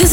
this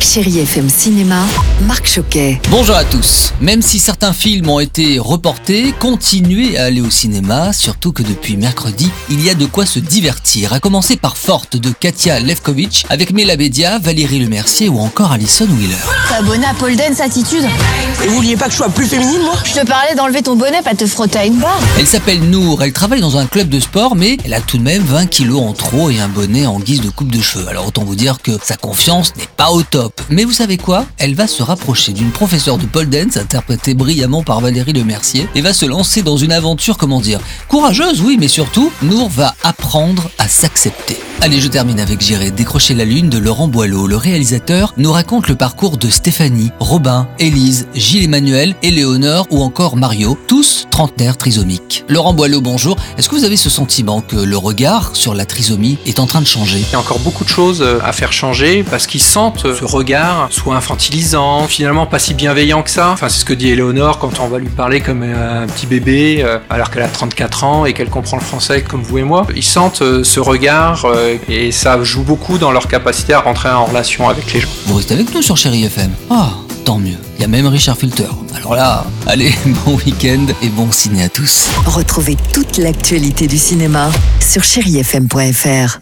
Chérie FM Cinéma, Marc Choquet. Bonjour à tous. Même si certains films ont été reportés, continuez à aller au cinéma, surtout que depuis mercredi, il y a de quoi se divertir. À commencer par Forte de Katia Levkovitch avec Mela Bedia, Valérie Lemercier ou encore Alison Wheeler. T'as abonné à Paul Dance Attitude Et vous vouliez pas que je sois plus féminine, moi Je te parlais d'enlever ton bonnet, pas de te frotter à une barre. Elle s'appelle Nour, elle travaille dans un club de sport, mais elle a tout de même 20 kilos en trop et un bonnet en guise de coupe de cheveux. Alors autant vous dire que sa confiance n'est pas au top. Mais vous savez quoi Elle va se rapprocher d'une professeure de pole dance, interprétée brillamment par Valérie Lemercier, et va se lancer dans une aventure, comment dire, courageuse, oui, mais surtout, Nour va apprendre à s'accepter. Allez, je termine avec J'irai décrocher la lune de Laurent Boileau. Le réalisateur nous raconte le parcours de Stéphanie, Robin, Élise, Gilles Emmanuel, Éléonore ou encore Mario, tous trentenaires trisomiques. Laurent Boileau, bonjour. Est-ce que vous avez ce sentiment que le regard sur la trisomie est en train de changer Il y a encore beaucoup de choses euh, à faire changer parce qu'ils sentent euh, ce regard soit infantilisant, finalement pas si bienveillant que ça. Enfin, c'est ce que dit Éléonore quand on va lui parler comme euh, un petit bébé euh, alors qu'elle a 34 ans et qu'elle comprend le français comme vous et moi. Ils sentent euh, ce regard euh, et ça joue beaucoup dans leur capacité à rentrer en relation avec les gens. Vous restez avec nous sur Chéri FM. Ah, tant mieux. Il y a même Richard Filter. Alors là, allez, bon week-end et bon ciné à tous. Retrouvez toute l'actualité du cinéma sur chérifm.fr.